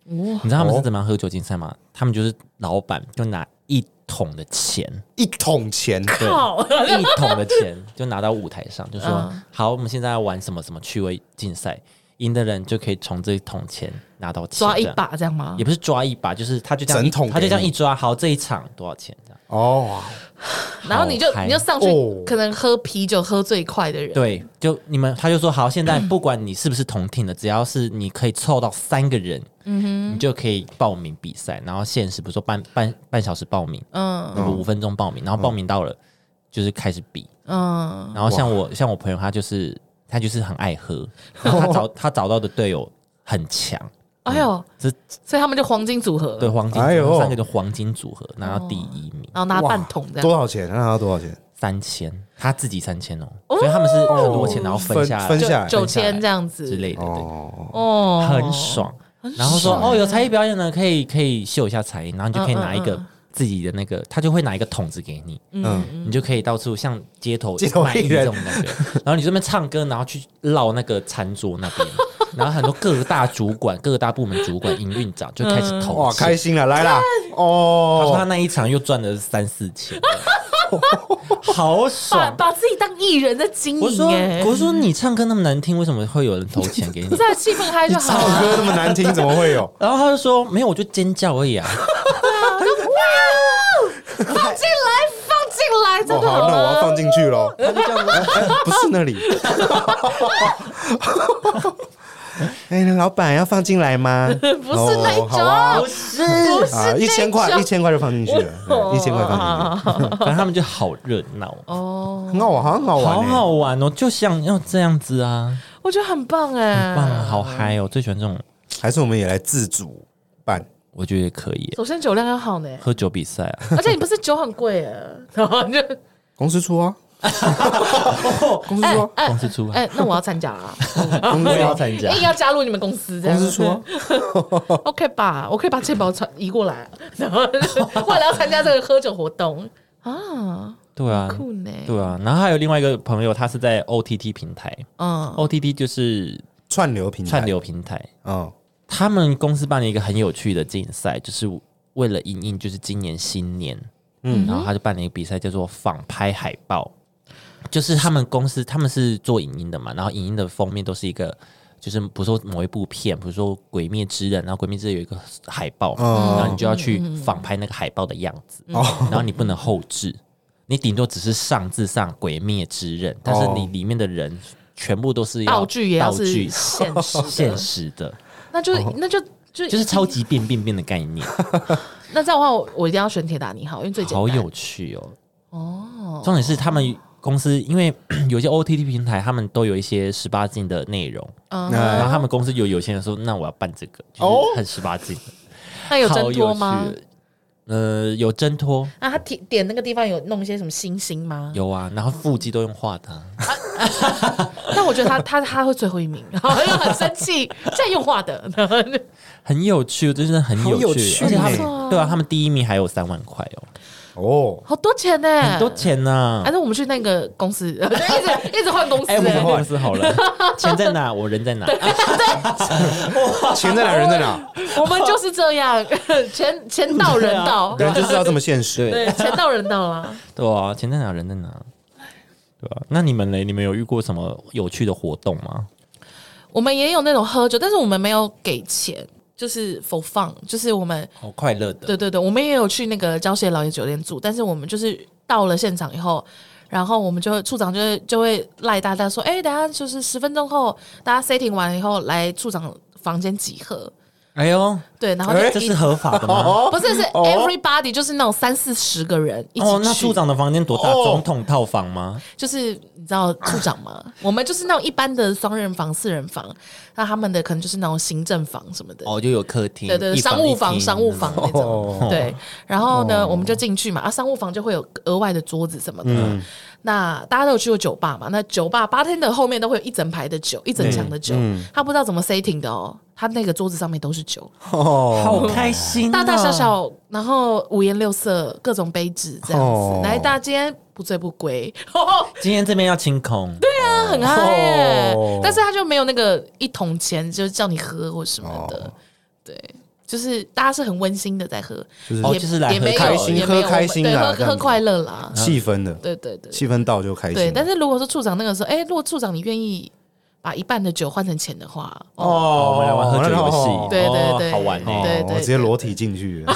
S1: 哇
S2: 你知道他们是怎么样喝酒竞赛吗？他们就是老板就拿一桶的钱，
S3: 一桶钱，
S1: 靠，
S2: 一桶的钱 就拿到舞台上，就说
S1: 哦嗯
S2: 好，我们现在要玩什么什么趣味竞赛，赢的人就可以从这一桶钱拿到钱，
S1: 抓一
S2: 这样，
S1: 把这样吗
S2: 也？不是抓一把，就是他就这样一
S3: 整桶
S2: 他就
S3: 给
S2: 这样
S3: 你
S2: 一抓，好这一场多少钱这样。
S3: 哦，
S1: 然后你就
S2: 好嗨
S1: 你就上去
S3: 哦，
S1: 可能喝啤酒喝最快的人，
S2: 对，就你们，他就说 好，现在不管你是不是同听的，只要是你可以凑到三个人，
S1: 嗯
S2: 你就可以报名比赛。然后限时，比如说半半半小时报名，
S1: 嗯
S3: 哦
S2: 那么五分钟报名，然后报
S3: 嗯
S2: 名到了、就是开始比。
S1: 嗯，
S2: 然后像我像我朋友，他就是他就是很爱 喝，然后他找他找到的队友很强，
S1: 哎呦，
S2: 这
S1: 所以他们就黄金组合，
S2: 对黄金
S3: 哎
S2: 组合、
S3: 呦
S2: 三个就黄金组合拿到第一名。
S1: 然后拿
S3: 哇
S1: 半桶这样，
S3: 多少钱？那他多少钱？
S2: 三千，他自己三千哦，所以他们是很多钱，然后分
S3: 分
S2: 下来
S3: 分下来
S1: 九
S2: 分下来
S1: 千这样子
S2: 之类的，对。
S3: 哦，
S1: 哦，
S2: 很，爽。然后说哦，有才艺表演呢，可以可以秀一下才艺，然后你就可以拿一
S1: 嗯嗯
S2: 个自己的那个，他就会拿一个桶子给你，
S3: 嗯，
S2: 你就可以到处像街头
S3: 街头
S2: 卖艺
S3: 艺人
S2: 这种感觉，然后你这边唱歌，然后去绕那个餐桌那 边，然后很多各大主管、各大部门主管、营运长就开始
S1: 嗯
S2: 投
S3: 哇，
S2: 钱
S3: 开心哦了，来啦，
S2: 他说他
S3: 哦，
S2: 那一场又赚了三四 千，好
S1: 把
S2: 爽。
S1: 把自己当艺人在经
S2: 我说
S1: 营
S3: 哎
S1: 耶，
S2: 我说你唱歌那么难听，为什么会有人投钱给 你
S1: 这？样气氛嗨就好
S3: 唱
S1: 了。
S3: 哦歌那么难听，怎么会有？
S2: 然后他就说没有，我就尖叫而已啊。
S1: 放进来，放进来，
S3: 哦，
S1: 真的
S3: 好，那我要放进去 喽。
S2: 他就这样子
S3: 哎 不是那里。哎，那老板要放进来吗？不
S1: 不是那一种，
S3: 好啊，
S1: 不是不是哦
S3: 啊，一千块，一千块就放进去了，对一千块放进
S1: 进去。
S2: 反正他们就好热闹，
S1: 哦，
S3: 去，很好玩，好好玩
S2: 好
S3: 欸，
S2: 好玩哦，就想要这样子啊，
S1: 我觉得很棒哎，
S2: 棒啊，好嗨哦，最喜欢这种，
S3: 还是我们也来自主办，
S2: 我觉得也可以耶
S1: 首先酒量要好 呢，
S2: 喝酒比 赛啊，
S1: 而且你不是酒很贵哎，然后就
S3: 公司出啊，公司
S1: 哎
S3: 出啊，
S1: 哎
S2: 公司出啊，
S1: 哎，那我要参加 啊，
S2: 我也要参加
S1: 硬要加入你们公司这样
S3: 公
S1: 子
S3: 司出啊，
S1: OK 吧？我可以把钱包传移过来，然 后为了要参加这个喝酒活动啊，
S2: 对啊，
S1: 酷欸呢，
S2: 对啊，然后还有另外一个朋友，他是在 OTT 平台
S1: 嗯，
S2: ，OTT 就是
S3: 串流平台，
S2: 串，流平台，
S3: 嗯，
S2: 他们公司办了一个很有趣的竞赛，就是为了迎应就是今年新年，嗯，然后他就办了一个比赛，叫做仿拍海报，就是他们公司他们是做影音的嘛，然后影音的封面都是一个。就是比如说某一部片，比如说《鬼灭之刃》，然后《鬼灭之刃》有一个海报，
S3: 嗯
S2: 然后你就要去仿拍那个海报的样子，
S3: 哦，
S2: 然后你不能后置，你顶多只是上至上《鬼灭之刃》，但是你
S3: 哦
S2: 里面的人全部都是要
S1: 道具也要
S2: 道
S1: 是
S2: 具
S1: 现实的，
S2: 现实的，
S1: 那就那就就
S2: 哦就是超级变变变的概念，
S1: 那这样的话，我我一定要选铁打你好，因为最简单。
S2: 好有趣哦。哦，重点是他们公司，因为 有些 OTT 平台，他们都有一些十八禁的内容，
S1: 嗯，
S3: 那
S2: 然后他们公司有有些人说，那我要办这个，
S3: 哎哦
S2: 就是很十八禁的，
S1: 那有挣脱吗
S2: 好有？趣？呃，有挣脱，
S1: 那他点点那个地方有弄一些什么星星吗？
S2: 有啊，然后腹肌都用画的啊，
S1: 但我觉得他他他会最后一名， 然后又很生气，现在用画的，然后就
S2: 很有趣，真的很
S3: 好有
S2: 趣，
S3: 趣
S2: 而且他们
S3: 没
S1: 错啊
S2: 对啊，他们第一名还有三万块哦，
S3: 哦，
S1: 好多钱呢，
S2: 很多。钱呢
S1: 还。是我们去那个公司， 一直一直换公司
S2: 哎，我们
S1: 欸，
S2: 公司好了，钱在哪？我人在哪？
S3: 钱在哪？人在 哪？
S1: 我们就是这样， 钱钱到人到，
S2: 啊
S3: 人就是要这么现实，
S2: 对
S1: 对，钱到人到啦。
S2: 对啊，钱在哪，人在哪，对啊，那你们嘞？你们有遇过什么有趣的活动吗？
S1: 我们也有那种喝酒，但是我们没有给钱，就是否放，就是我们
S2: 好哦快乐的，
S1: 对对对，我们也有去那个交蟹老爷酒店住，但是我们就是到了现场以后，然后我们就会处长就会就会赖大家说，哎、等下就是十分钟后，大家 setting 完以后来处长房间集合。
S2: 哎呦，
S1: 对，然后就
S3: 哎
S2: 这
S1: 一、
S2: 是合法的吗？
S1: 不是是
S3: 哦
S1: everybody，、就是那种三四十个人一起去，
S2: 哦，那处长的房间多大？
S3: 哦
S2: 总统套房吗？
S1: 就是你知道处长吗？我们就是那种一般的双人房、四人房，那他们的可能就是那种行政房什么的。
S2: 哦，就有客厅，
S1: 对对，
S2: 一
S1: 对商务
S2: 一
S1: 房、
S2: 厅
S1: 商务房那种。
S3: 哦
S2: 哦
S3: 嗯
S1: 对，然后呢，我们就进去嘛，啊，商务房就会有额外的桌子什么的。那大家都有去过酒吧嘛？那酒吧 bartender 后面都会有一整排的
S3: 嗯
S1: 酒，一整墙的酒，他不知道怎么 setting 的哦，他那个桌子上面都是酒，
S3: 哦，
S2: 好开心、啊
S1: 大大小，小，然后五颜六色，各种杯子这样子。
S3: 哦
S1: 来，大家今天不醉不归，
S2: 今天这边要清空，
S1: 对啊，很嗨、欸
S3: 哦
S1: 但是他就没有那个一桶钱，就是叫你喝或什么
S3: 哦
S1: 的，对。就是大家是很温馨的在喝，
S3: 就是
S2: 哦
S1: 也
S2: 就是来
S1: 也
S2: 喝
S1: 没有
S2: 开
S3: 心
S1: 也没有
S3: 喝开心
S1: 对，
S3: 啦
S1: 喝
S3: 这样
S1: 喝
S3: 子啊
S1: 快乐啦，
S3: 气氛的，
S1: 对对对
S3: 气氛到就开
S1: 对。
S3: 心。
S1: 但是如果说处长那个时候，哎，如果处长你愿意把一半的酒换成钱的话，哦，
S2: 哦，我们来玩喝酒游
S3: 哦
S2: 戏，
S1: 对对对
S2: 哦好玩
S1: 对
S2: 哦，
S3: 哦，我直接裸体进去，哦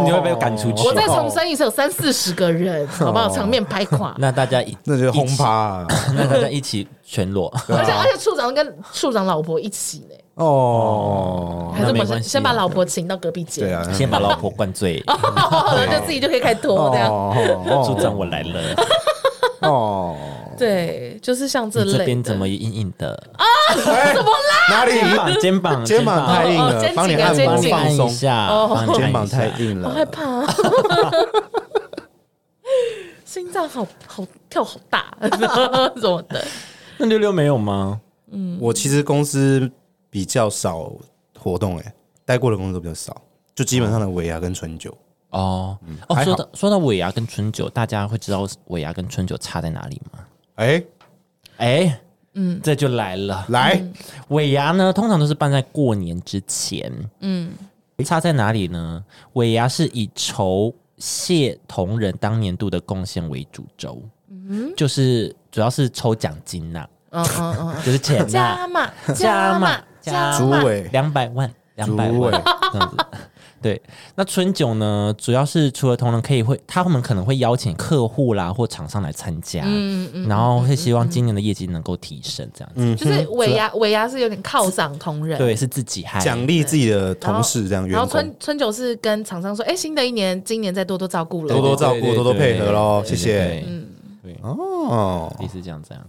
S2: 哦，你会被赶出去。哦
S1: 我再重申一次，有三四十个人，好不好？场面拍垮。
S2: 那大家一
S3: 哦那就是轰趴，啊
S2: 那大家一起全裸，
S1: 而且而且处长跟处长老婆一起呢，
S3: 哦，
S1: 还是我
S2: 没
S1: 们
S2: 关
S1: 先
S2: 系
S1: 先把老婆请到隔壁间，
S3: 对啊，
S2: 先把老婆灌醉。
S1: 然后就自己就可以开始
S3: 哦
S1: 脱这样。
S2: 组
S3: 哦
S2: 长，我来了，
S3: 哦，
S1: 对，就是像这
S2: 你
S1: 类的。
S2: 这边怎么硬硬的？
S3: 怎么啦？哪
S2: 肩
S3: 里？
S2: 膀，肩膀，
S3: 肩膀太硬
S1: 哦哦
S3: 了
S1: 肩，
S3: 帮你
S1: 颈啊
S3: 按摩
S1: 肩颈
S3: 放
S2: 放
S3: 松
S2: 一，下，
S1: 哦
S2: 帮你按一下
S3: 肩膀太。硬
S1: 好害
S3: 了。
S1: 怕、啊， 心脏好好跳好大，啊 什么的。
S2: 那六六没有吗？
S3: 我其实公司比较少活动，哎，待过的公司都比较少，就基本上的尾牙跟春酒。
S2: 哦哦，
S3: 还
S2: 说
S3: 好
S2: 到说到尾牙跟春酒，大家会知道尾牙跟春酒差在哪里吗？
S3: 哎，
S2: 哎，嗯，这就来了。
S3: 来，
S1: 嗯
S2: 尾牙呢，通常都是办在过年之前。嗯，差在哪里呢？尾牙是以酬谢同仁当年度的贡献为主轴，就是主要是抽奖金呐、
S1: 嗯嗯嗯，
S2: 就是钱 呐、
S1: 加码
S2: 加
S1: 码
S2: 码
S1: 加
S3: 主
S1: 码，
S3: 委
S2: 两百万，两百
S3: 主委
S2: 万这样子。 对，那春酒呢，主要是除了同仁可以会，他们可能会邀请客户啦或厂商来参加，
S1: 嗯嗯，
S2: 然后会希望今年的业绩能够提升，这样
S3: 嗯
S2: 子。
S1: 就是尾牙尾牙是有点犒赏同仁，
S2: 嗯对，是自己嗨，
S3: 奖励自己的
S1: 然后。
S3: 同事这样
S1: 嗯然
S3: 员
S1: 后
S3: 工
S1: 春，春酒是跟厂商说，哎，新的一年今年再多多照顾了，
S3: 多多照顾
S2: 对对
S3: 多多
S2: 对
S3: 配合咯
S2: 对对
S3: 谢谢
S2: 对
S1: 嗯
S3: 哦，
S2: 类似这样这样。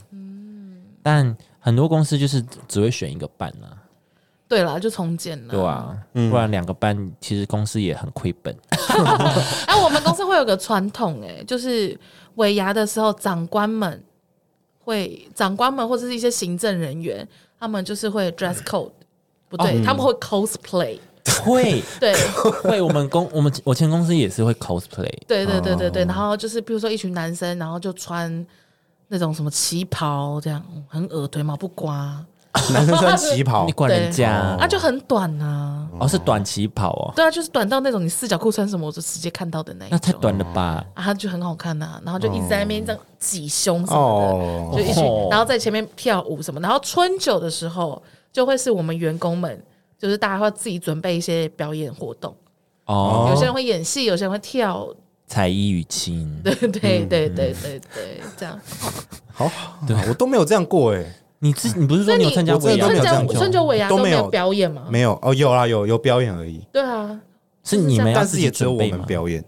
S2: 但很多公司就是只会选一个班啊，
S1: 对啦，就重建了，
S2: 对啊，
S1: 嗯
S2: 不然两个班其实公司也很亏 本。
S1: 哎、我们公司会有个传统、哎，就是尾牙的时候，长官们会，长官们或者是一些行政人员，他们就是会 dress code，不
S2: 嗯
S1: 对，他们会 cosplay，
S2: 会
S1: 对，
S2: 会，我们公我们我前公司也是会 cosplay，
S1: 对对对
S2: 哦
S1: 对对，然后就是比如说一群男生，然后就穿那种什么旗袍，这样嗯很恶，腿毛不刮，
S3: 男生穿旗袍
S2: 你，管
S1: 对
S2: 人家
S1: 啊，就很短啊，
S2: 哦，是短期跑哦，
S1: 对啊，就是短到那种你四角裤穿什么，我就直接看到的那一
S2: 那太
S1: 种。
S2: 短了吧？
S1: 啊，他就很好看呐、然后就一直在那边这样挤胸什么的，
S3: 哦，
S1: 就一起
S2: 哦，
S1: 然后在前面跳舞什么。然后春酒的时候，就会是我们员工们，就是大家会自己准备一些表演活动，
S2: 哦，
S1: 有些人会演戏，有些人会跳，
S2: 才艺与亲，
S1: 对对对对对对，这样。
S3: 好，我都没有这样过哎，
S2: 你自你不是说你有参加
S3: 我真
S2: 尾
S3: 的
S2: 牙
S3: 都没有
S1: 春
S3: 这样
S1: 酒
S3: 过
S1: 春酒尾牙
S3: 都
S1: 没
S3: 没有
S1: 有表演吗？
S3: 没有哦，有啦，有有表演而已，
S1: 对啊，
S2: 是你们要
S3: 但
S2: 哎自
S3: 是
S2: 己
S3: 也只有
S2: 准
S3: 我
S2: 备
S3: 们
S2: 吗？
S3: 表演，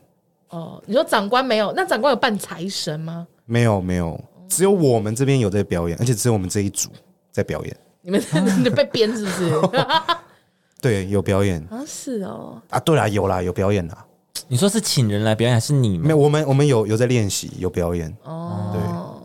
S1: 哦，你说长官没有？那长官有扮财神吗？
S3: 没有没有，只有我们这边有在表演，而且只有我们这一组在表演，
S1: 你们你被编是不是？
S3: 对，有表演
S1: 啊，是哦，
S3: 啊，对啦，有啦，有表演啦，
S2: 你说是请人来表演还是你
S3: 没
S2: 们？
S3: 有，我们我们有有在练习，有表演，
S1: 哦。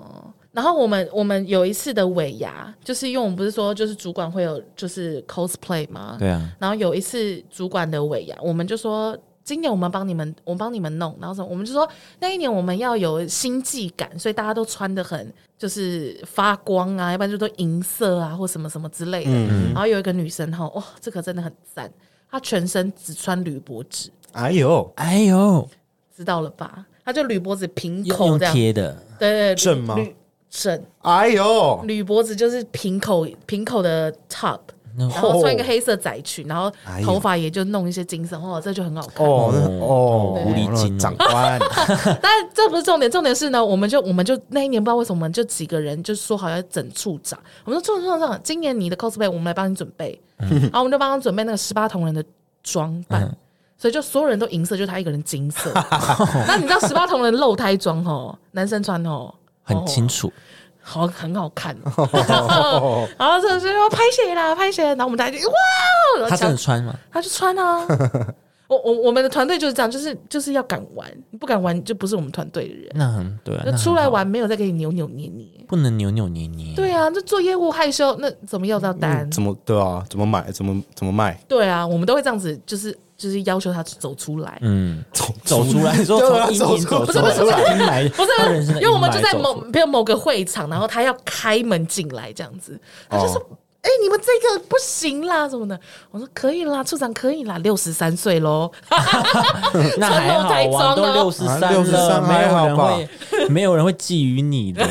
S1: 然后我们我们有一次的尾牙，就是因为我们不是说就是主管会有就是 cosplay 吗？
S2: 对啊，
S1: 然后有一次主管的尾牙，我们就说今年我们帮你们，我们帮你们弄，然后什么，我们就说那一年我们要有新纪感，所以大家都穿的很就是发光啊，要不然就都银色啊或什么什么之类的。然后有一个女生哈，哇，这个真的很赞，她全身只穿铝箔纸，
S3: 哎呦，
S2: 哎呦，
S1: 知道了吧？她就铝箔纸平
S2: 用
S1: 口
S2: 用
S1: 这样，
S2: 贴的，
S1: 对对对，
S3: 正吗
S1: 铝正
S3: 哎呦，
S1: 铝箔纸就是平口平口的 top。
S2: 然
S1: 然后穿一个黑色窄裙，然后
S3: 哎呦
S1: 头发也就弄一些金色，哇，这就很好看。
S3: 哦那哦，
S2: 狐狸精哦
S3: 长官，
S1: 但这不是重点，重点是呢，我们就我们就那一年不知道为什么，我们就几个人就说好要整处长，我们说处长处长，今年你的 cosplay 我们来帮你准备，
S2: 嗯
S1: 然后我们就帮他准备那个十八铜人的装扮。所以就所有人都银 色，就他一个人金色。那你知道十八铜人露胎装哦，男生穿哦，
S2: 很
S1: 哦
S2: 清楚。
S1: 好很好 看、哦。然后这哦个就说拍谁啦，拍谁？然后我们大家就哇，然后
S2: 他真
S1: 抢
S2: 的穿吗？
S1: 他就穿啊。我我我们的团队就是这样，就是就是要敢玩，你不敢玩就不是我们团队的人。
S2: 那很对啊，
S1: 那
S2: 那
S1: 出来
S2: 很好
S1: 玩没有再给你扭扭捏捏。
S2: 不能扭扭捏捏。
S1: 对啊，那做业务害羞，那怎么要
S2: 嗯
S1: 到单？
S3: 怎么对啊？怎么买？怎么怎么卖？
S1: 对啊，我们都会这样子，就是就是要求他走出来。
S2: 嗯，
S3: 走
S2: 走出来，说
S3: 对啊
S2: 从阴影
S3: 走
S2: 走
S3: 出
S2: 出
S3: 来
S2: 来，从阴霾，
S1: 不是
S2: 他人，生的
S1: 因为我们就
S2: 阴霾
S1: 在
S2: 走
S1: 某
S2: 出来
S1: 比如某个会场，然后他要开门进来这样子，
S2: 哦
S1: 他就说：“哎、你们这个不行啦，什么的。”我说：“可以啦，处长可以啦，六十三岁喽。
S2: 那还好
S1: 承诺太
S2: 啊，
S1: 脏
S2: 都
S1: 了
S2: 六十
S3: 啊
S2: 三了，
S3: 63
S2: 没
S3: 还
S2: 有
S3: 好
S2: 人
S3: 吧
S2: 会，没有人会觊觎你的，”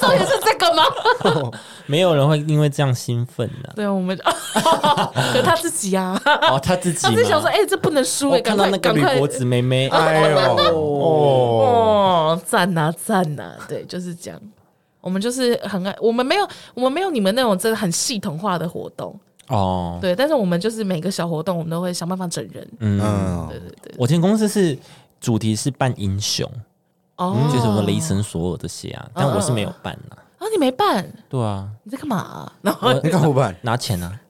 S1: 重点是这个吗？
S2: 没有人会因为这样兴奋的。
S1: 对，我们就 可他自己啊，
S2: 哦，他自己
S1: 他
S2: 吗，
S1: 自己想说：“哎、这不能输哎、
S2: 我
S1: 赶
S2: 看到
S1: 快
S2: 那个
S1: 赶
S2: 铝
S1: 快啊
S2: 箔纸妹 妹，
S3: 哎呦哦，
S1: 哦，赞呐赞呐，对，就是这样。我们就是很爱，我们没有，我们没有你们那种真的很系统化的活动，
S2: 哦，
S1: 对。但是我们就是每个小活动，我们都会想办法整人。
S3: 嗯，
S2: 我前公司是主题是扮英雄，
S1: 哦，嗯
S2: 就是什么雷神索尔这些啊，但我是没有扮呐。
S1: 啊，你没办，
S2: 对啊，
S1: 你在干嘛啊、然后
S2: 我
S3: 你干嘛不办？
S2: 拿钱啊？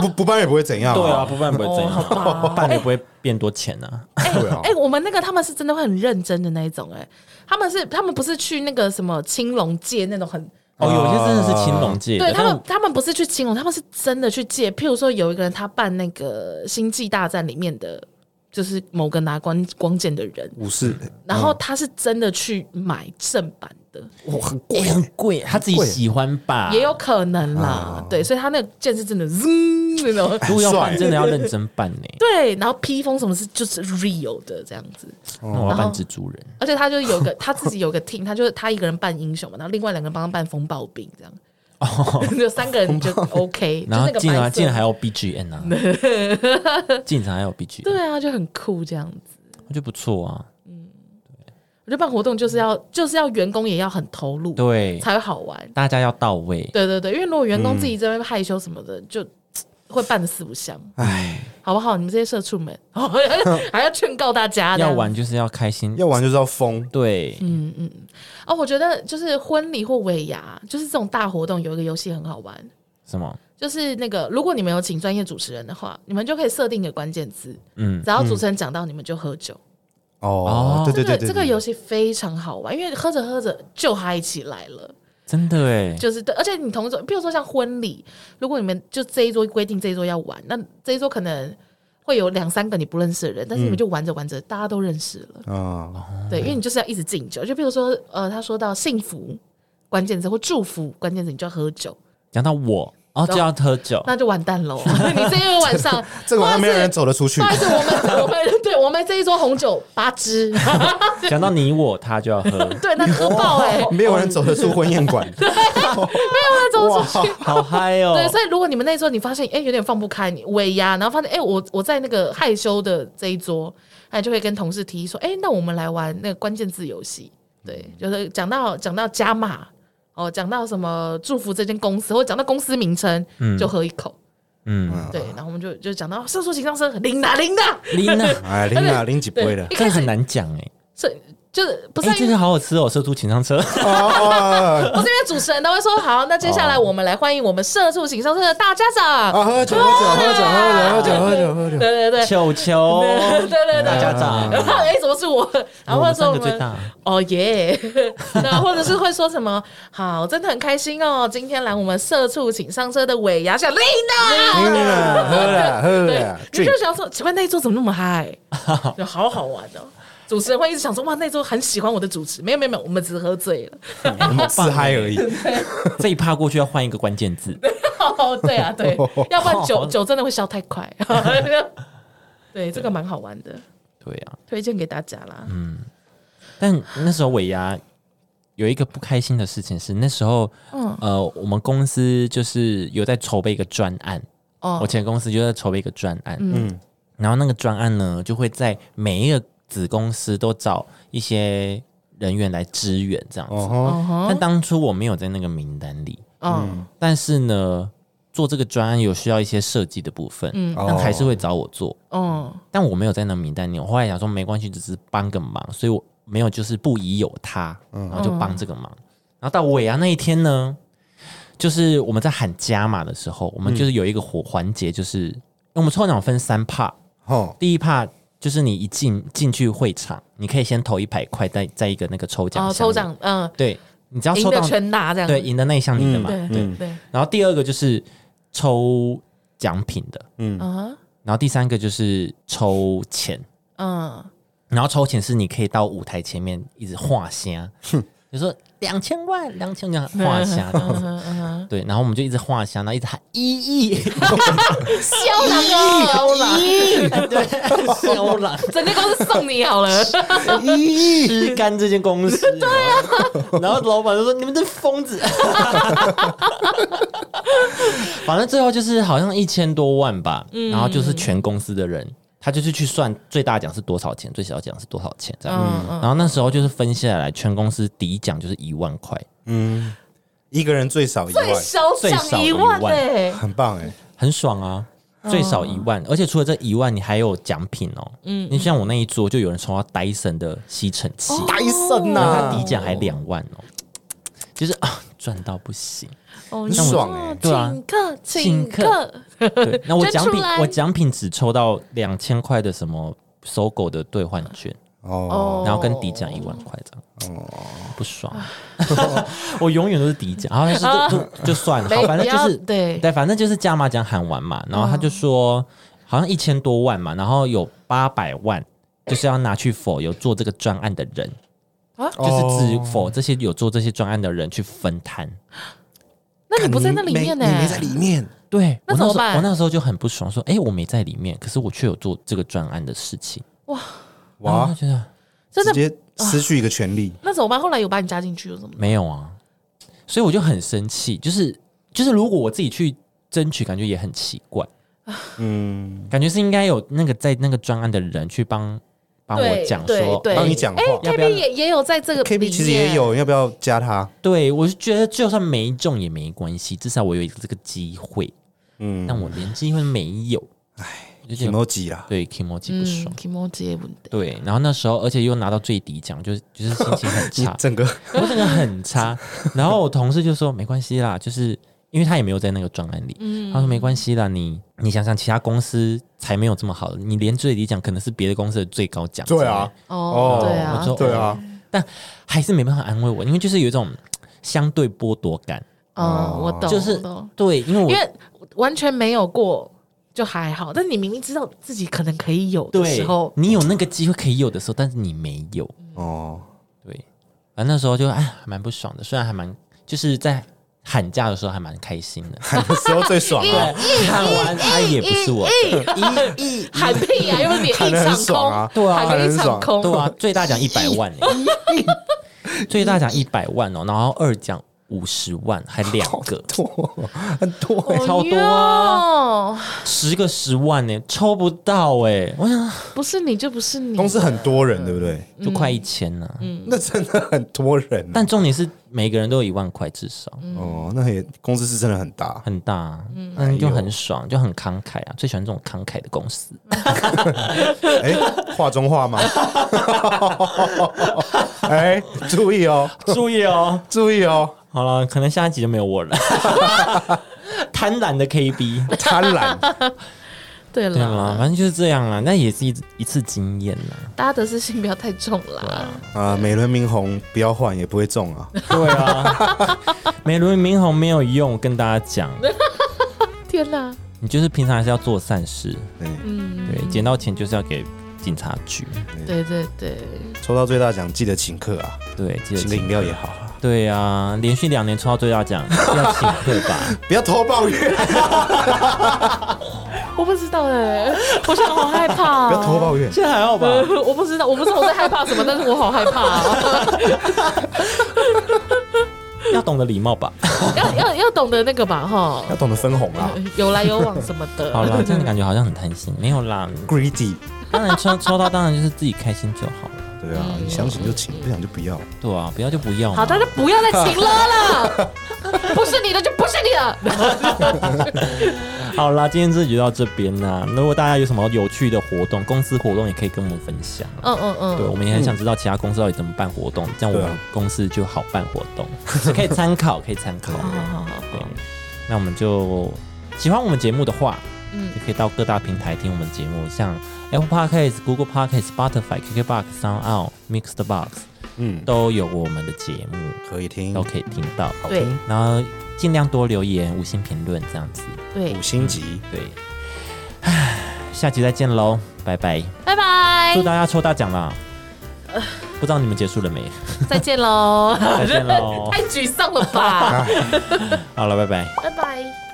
S3: 不不办也不会怎样。
S2: 对啊，，不办不会怎
S1: 哦好吧
S2: 样，办也不会变多钱啊。
S3: 对啊
S1: 哎、，我们那个他们是真的会很认真的那一种、哎，他们是他们不是去那个什么青龙界那种很。
S2: 哦，有些真的是青龙界的，
S1: 对他
S2: 但
S1: 们，他们不是去青龙，他们是真的去借。譬如说，有一个人他扮那个《星际大战》里面的，就是某个拿光光剑的人，
S3: 武士
S1: 然
S2: 嗯
S1: 后他是真的去买正版的，
S3: 哇很
S2: 也很贵，他自己
S3: 贵
S2: 喜欢吧？
S1: 也有可能
S2: 啊
S1: 啦。对，所以他那个剑是真的，嗯，那种
S2: 如果要办，
S3: 帅
S2: 真的要认真办欸呢。
S1: 对，然后披风什么是就是 real 的这样子。
S2: 那我要扮蜘蛛人，
S1: 而且他就有 个他自己有个 team，他就是他一个人扮英雄嘛，然后另外两个人帮他扮风暴兵这样。哦， 就三个人就 OK，就
S2: 然
S1: 那
S2: 后
S1: 个
S2: 进
S1: 白
S2: 来
S1: 色
S2: 进来还有 BGM 啊，进场还有 BGM，
S1: 对啊，就很酷这样子。
S2: 我觉得不错啊。
S1: 我觉得办活动就是要就是要员工也要很投入，
S2: 对，
S1: 才会好玩。
S2: 大家要到位。
S1: 对对对，因为如果员工
S2: 嗯
S1: 自己在那边害羞什么的，就会办的四不像，
S3: 哎，
S1: 好不好？你们这些社畜们， 哦 还要劝告大家这样
S2: 要
S1: 子
S2: 玩就是要开心，
S3: 要玩就是要疯，
S2: 对，
S1: 嗯哦。我觉得就是婚礼或尾牙，就是这种大活动有一个游戏很好玩，
S2: 什么？
S1: 就是那个，如果你们有请专业主持人的话，你们就可以设定一个关键字，
S2: 嗯，
S1: 只要主持人讲到，你们就喝酒。
S3: 哦
S2: 哦，
S3: 对对对
S1: 这
S3: 对，
S1: 个这个
S3: 对
S1: 游戏非常好玩，因为喝着喝着就嗨起来了，
S2: 真的哎，
S1: 就是对。而且你同桌，比如说像婚礼，如果你们就这一桌规定这一桌要玩，那这一桌可能会有两三个你不认识的人，但是你们就玩着玩着，大家都认识了。
S3: 嗯，
S1: 对，因为你就是要一直敬酒。就比如说，呃，他说到幸福关键字或祝福关键字，你就要喝酒，
S2: 讲到我，哦，就要喝酒，
S1: 那就完蛋 喽。你这个晚上，
S3: 这个晚上没有
S1: 或者是
S3: 人走得出去
S1: 不好，意思，我们我们对我们这一桌红酒八支，，
S2: 讲到你我他就要喝
S1: 对，那喝爆哎、欸，
S3: 没有人走得出婚宴馆，
S1: 那走出去。
S2: 好嗨哦！
S1: 对，所以如果你们那一桌你发现哎、有点放不开，你尾牙，然后发现哎、我我在那个害羞的这一桌，那你就会跟同事提议说，哎、那我们来玩那个关键字游戏。
S2: 嗯
S1: 对，就是讲到讲到加码哦，讲到什么祝福这间公司，或讲到公司名称，就喝一口。
S2: 嗯，
S1: 对，然后我们就就讲到社畜情商生，琳达琳达，
S2: 琳娜，
S3: 哎，拎啊拎几杯
S1: 对
S3: 的，
S1: 一
S2: 这
S1: 开
S2: 很
S1: 始
S2: 难讲哎，
S1: 是就是不是
S2: 哎，
S1: 因
S2: 这
S1: 为
S2: 个好好吃哦，社畜情商车，
S3: 哦哦，
S1: 我这边主持人都会说好，那接下来我们来欢迎我们社畜情商社的大家
S3: 哦
S1: 长。
S3: 啊，喝酒喝酒喝酒喝酒喝酒喝酒喝酒，
S1: 对对 对，
S2: 球球，
S1: 对对
S2: 大
S1: 对。
S2: 家长，
S1: 然后哎，怎么是我？然后
S2: 啊我
S1: 或者
S2: 们
S1: 说
S2: 三
S1: 我
S2: 个
S1: 们
S2: 最大，
S1: 哦耶， 那或者是会说什么？好，真的很开心哦，今天来我们社畜请上车的尾牙小丽娜。
S3: 拎了喝了喝
S1: 对
S3: 了，，
S2: 啊
S1: 你就
S3: drink
S1: 想说，奇怪那一桌怎么那么 嗨？就好好玩哦。主持人会一直想说，哇，那一桌很喜欢我的主持。没有没有没有，我们只是喝醉 了。
S3: 我们自嗨而已，
S2: 这一趴过去要换一个关键字，
S1: 哦，对啊， 对，要不然酒酒真的会消太快。对，这个蛮好玩的，
S2: 对啊，
S1: 推荐给大家啦。
S2: 嗯但那时候尾牙有一个不开心的事情是，那时候，呃，我们公司就是有在筹备一个专案，我
S1: 哦，
S2: 前公司就在筹备一个专案，嗯，然后那个专案呢，就会在每一个子公司都找一些人员来支援这样子。
S3: 哦吼，
S1: 嗯哼，
S2: 但当初我没有在那个名单里，
S1: 嗯，
S2: 但是呢，做这个专案有需要一些设计的部分，嗯，但还是会找我做。
S1: 哦，
S2: 但我没有在那名单里，我后来想说没关系，只是帮个忙，所以我没有就是不疑有他，然后就帮这个忙。然后到尾牙那一天呢，就是我们在喊加码的时候，我们就是有一个火环节，就是我们抽奖分三 part，
S3: 哦，
S2: 第一 part 就是你一进进去会场，你可以先投一百块，在在一个那个抽奖、
S1: 哦，抽，奖，嗯，
S2: 对你只要
S1: 赢
S2: 抽
S1: 的
S2: 到
S1: 全拿这样，
S2: 对赢的那一项你的嘛，
S1: 对
S2: 对。
S3: 嗯
S1: 对对，
S2: 然后第二个就是抽奖品的，
S1: 嗯哼
S2: 然后第三个就是抽钱，
S1: 嗯，
S2: 然后抽钱是你可以到舞台前面一直画虾，就说两千万、两千万画虾这样子，
S1: 嗯哼，
S2: 对，然后我们就一直画虾，然后一直喊一亿，
S1: 笑狼 笑狼，
S2: 对，收了。
S1: 整间公司送你好 了，
S3: 咦，
S2: 吃干这间公司。 对啊，然后老板就说：“你们这疯 子。”反正最后就是好像一千多万吧，然后就是全公司的人，他就是去算最大奖是多少钱，最小奖是多少钱这样。
S1: 嗯嗯
S2: 然后那时候就是分下来，全公司底奖就是一万块，
S3: 一个人最少一万，
S1: 最少奖一万哎，
S3: 很棒哎，
S2: 很爽啊。最少一万，而且除了这一万，你还有奖品哦。嗯，哦你像我那一桌就有人抽到戴森的吸尘器，
S3: 戴森
S2: 然后他
S1: 嗯
S3: 呐
S2: 底，奖还两万哦，就是啊赚到不行。
S1: 哦，
S3: 很爽哎
S2: 对啊
S1: 请客，请
S2: 请
S1: 客
S2: 客， 对，那我
S1: 捐
S2: 奖
S1: 出
S2: 品
S1: 来
S2: 我奖品只抽到两千块的什么搜狗的兑换券，
S3: 哦，
S1: 哦
S2: 然后跟底奖一万块这样，嗯不爽， 我永远都是底奖，然后他是就就就算了，
S1: 啊没
S2: 好，反正就
S1: 不
S2: 是
S1: 要对嗯
S2: 对，反正就是加码奖喊完嘛，然后他就说好像一千多万嘛，然后有八百万。就是要拿去否有做这个专案的人，
S1: 啊
S2: 就是指否这些有做这些专案的人去分摊。
S1: 那你不在那里面欸呢
S3: 你？没在里面，
S2: 对，
S1: 那
S2: 我
S1: 怎么
S2: 时候
S1: 办
S2: 我那时候就很不爽，说：“哎、我没在里面，可是我却有做这个专案的事情。”哇，
S3: 哇
S2: 他，觉得
S1: 真的
S3: 直接失去一个权利，
S1: 那怎么办？后来有把你加进去又怎么？
S2: 没有啊，所以我就很生气，就是就是，如果我自己去争取，感觉也很奇怪，
S3: 嗯，
S2: 感觉是应该有那个在那个专案的人去帮帮我
S1: 对
S2: 讲
S1: 对
S2: 说，啊
S1: 对
S3: 帮你讲话
S2: 要
S1: K
S2: 不要
S1: B 也也有在这个
S3: ，KB
S1: 里
S3: 其实也
S1: 面
S3: 有，要不要加他？
S2: 对我是觉得就算没中也没关系，至少我有一个这个机会，
S3: 嗯，
S2: 但我连机会没有，哎，就觉
S3: 有
S2: 得
S3: 没有挤啦？
S2: 对 k i m o j i 不
S1: 嗯
S2: 爽。
S1: ，Kimoji 也不对，
S2: 对，然后那时候，而且又拿到最低奖，就是就是心情很
S3: 你
S2: 差，
S3: 整个
S2: 我整个很差。然后我同事就说没关系啦，就是因为他也没有在那个专案里，
S1: 嗯
S2: 他说没关系啦，你你想想其他公司才没有这么好，你连最低奖可能是别的公司的最高奖，
S3: 对啊，
S1: 哦，对
S2: 我
S1: 啊
S2: 说，
S3: 对啊，
S2: 但还是没办法安慰我，因为就是有一种相对剥夺感，
S1: 嗯，我懂，
S2: 就是
S1: 我懂
S2: 对，因为我
S1: 因为完全没有过就还好，但你明明知道自己可能可以有的时
S2: 对
S1: 候，嗯
S2: 你有那个机会可以有的时候，但是你没有，
S3: 哦，。
S2: 对，反正那时候就哎还蛮不爽的，虽然还蛮就是在寒假的时候还蛮开心的
S3: 喊的时候最爽 啊，
S2: 看完哎也不是我的， 一一
S1: 喊屁啊，又不是你一
S3: 喊得很
S1: 场
S3: 爽
S1: 空，
S3: 啊
S2: 对啊
S1: 喊得一
S3: 喊得
S1: 场
S3: 很
S1: 空，
S2: 对啊，最大奖一百万、欸，最大奖一百万哦，然后二奖五十万，还两个，
S3: 多很多欸，
S1: 哎呦，
S2: 超多
S1: 哦
S2: 啊十个十万呢、抽不到哎、我想
S1: 不是你就不是你，
S3: 公司很多人，对不对？
S2: 就快一千呢、
S3: 那真的很多人啊，
S2: 但重点是每个人都有一万块至少，
S3: 哦，那也公司是真的很大，
S2: 很大、啊，嗯，就很爽，就很慷慨啊，最喜欢这种慷慨的公司。
S3: 哎，画中画吗？ 哎，注意哦，
S2: 注意哦，
S3: 注意哦，
S2: 好了，可能下一集就没有我了。 贪婪的 KB，
S3: 贪婪，
S1: 对
S2: 对啊吗？
S1: 了，
S2: 反正就是这样啊，那也是一一次经验啊啦。
S1: 大家得失心不要太重啦。
S3: 啊，美轮明宏不要换也不会中 啊，
S2: 对啊， 美轮明宏没有用，跟大家讲，
S1: 天哪，
S2: 你就是平常还是要做善事，
S3: 对，
S2: 对，捡到钱就是要给警察局，
S1: 对对对，
S3: 抽到最大奖记得请客啊，
S2: 对，记得
S3: 请个饮
S2: 请。
S3: 料也好啊，
S2: 对啊，连续两年抽到最大 奖，要请客吧？
S3: 不要偷抱怨，
S1: 我不知道哎，我现在好害怕，
S3: 不要偷抱怨，
S2: 这还好吧？
S1: 呃 我不知道，我不知道我在害怕什么，但是我好害怕、啊，
S2: 要懂得礼貌吧？
S1: 要要要懂得那个吧，哈，
S3: 要懂得分红啊
S1: 有来有往什么的。
S2: 好啦，这样感觉好像很贪心，没有啦。
S3: ，greedy，
S2: 当然抽 抽到，当然就是自己开心就好了。
S3: 对啊，你想请就请，不想就不要，
S2: 对啊，不要就不要嘛。
S1: 好，大家不要再请了啦，不是你的就不是你的。
S2: 好啦，今天这集就到这边啦。如果大家有什么有趣的活动，公司活动也可以跟我们分享。
S1: 嗯嗯
S2: 对，
S1: 嗯，
S2: 我们也很想知道其他公司到底怎么办活动，这样我
S3: 对啊
S2: 们公司就好办活 动，可以参考，可以参考。
S1: 好好好好，
S2: 对，那我们就喜欢我们节目的话，嗯，就可以到各大平台听我们节目，像 Apple Podcast、Google Podcast、Spotify、KKBox、Sound Out、Mixed Box
S3: 嗯，
S2: 都有我们的节目，
S3: 可以听
S2: 都可以听到。
S1: 对
S2: 然后尽量多留言、五星评论这样子。
S1: 对
S3: 五，星级，
S2: 对，唉，下集再见喽，拜拜！
S1: 拜 拜
S2: 祝，大家抽大奖啦！不知道你们结束了没？
S1: 再见喽，
S2: 再见喽
S1: 太沮丧了吧，
S2: 好了，拜拜。
S1: 拜拜。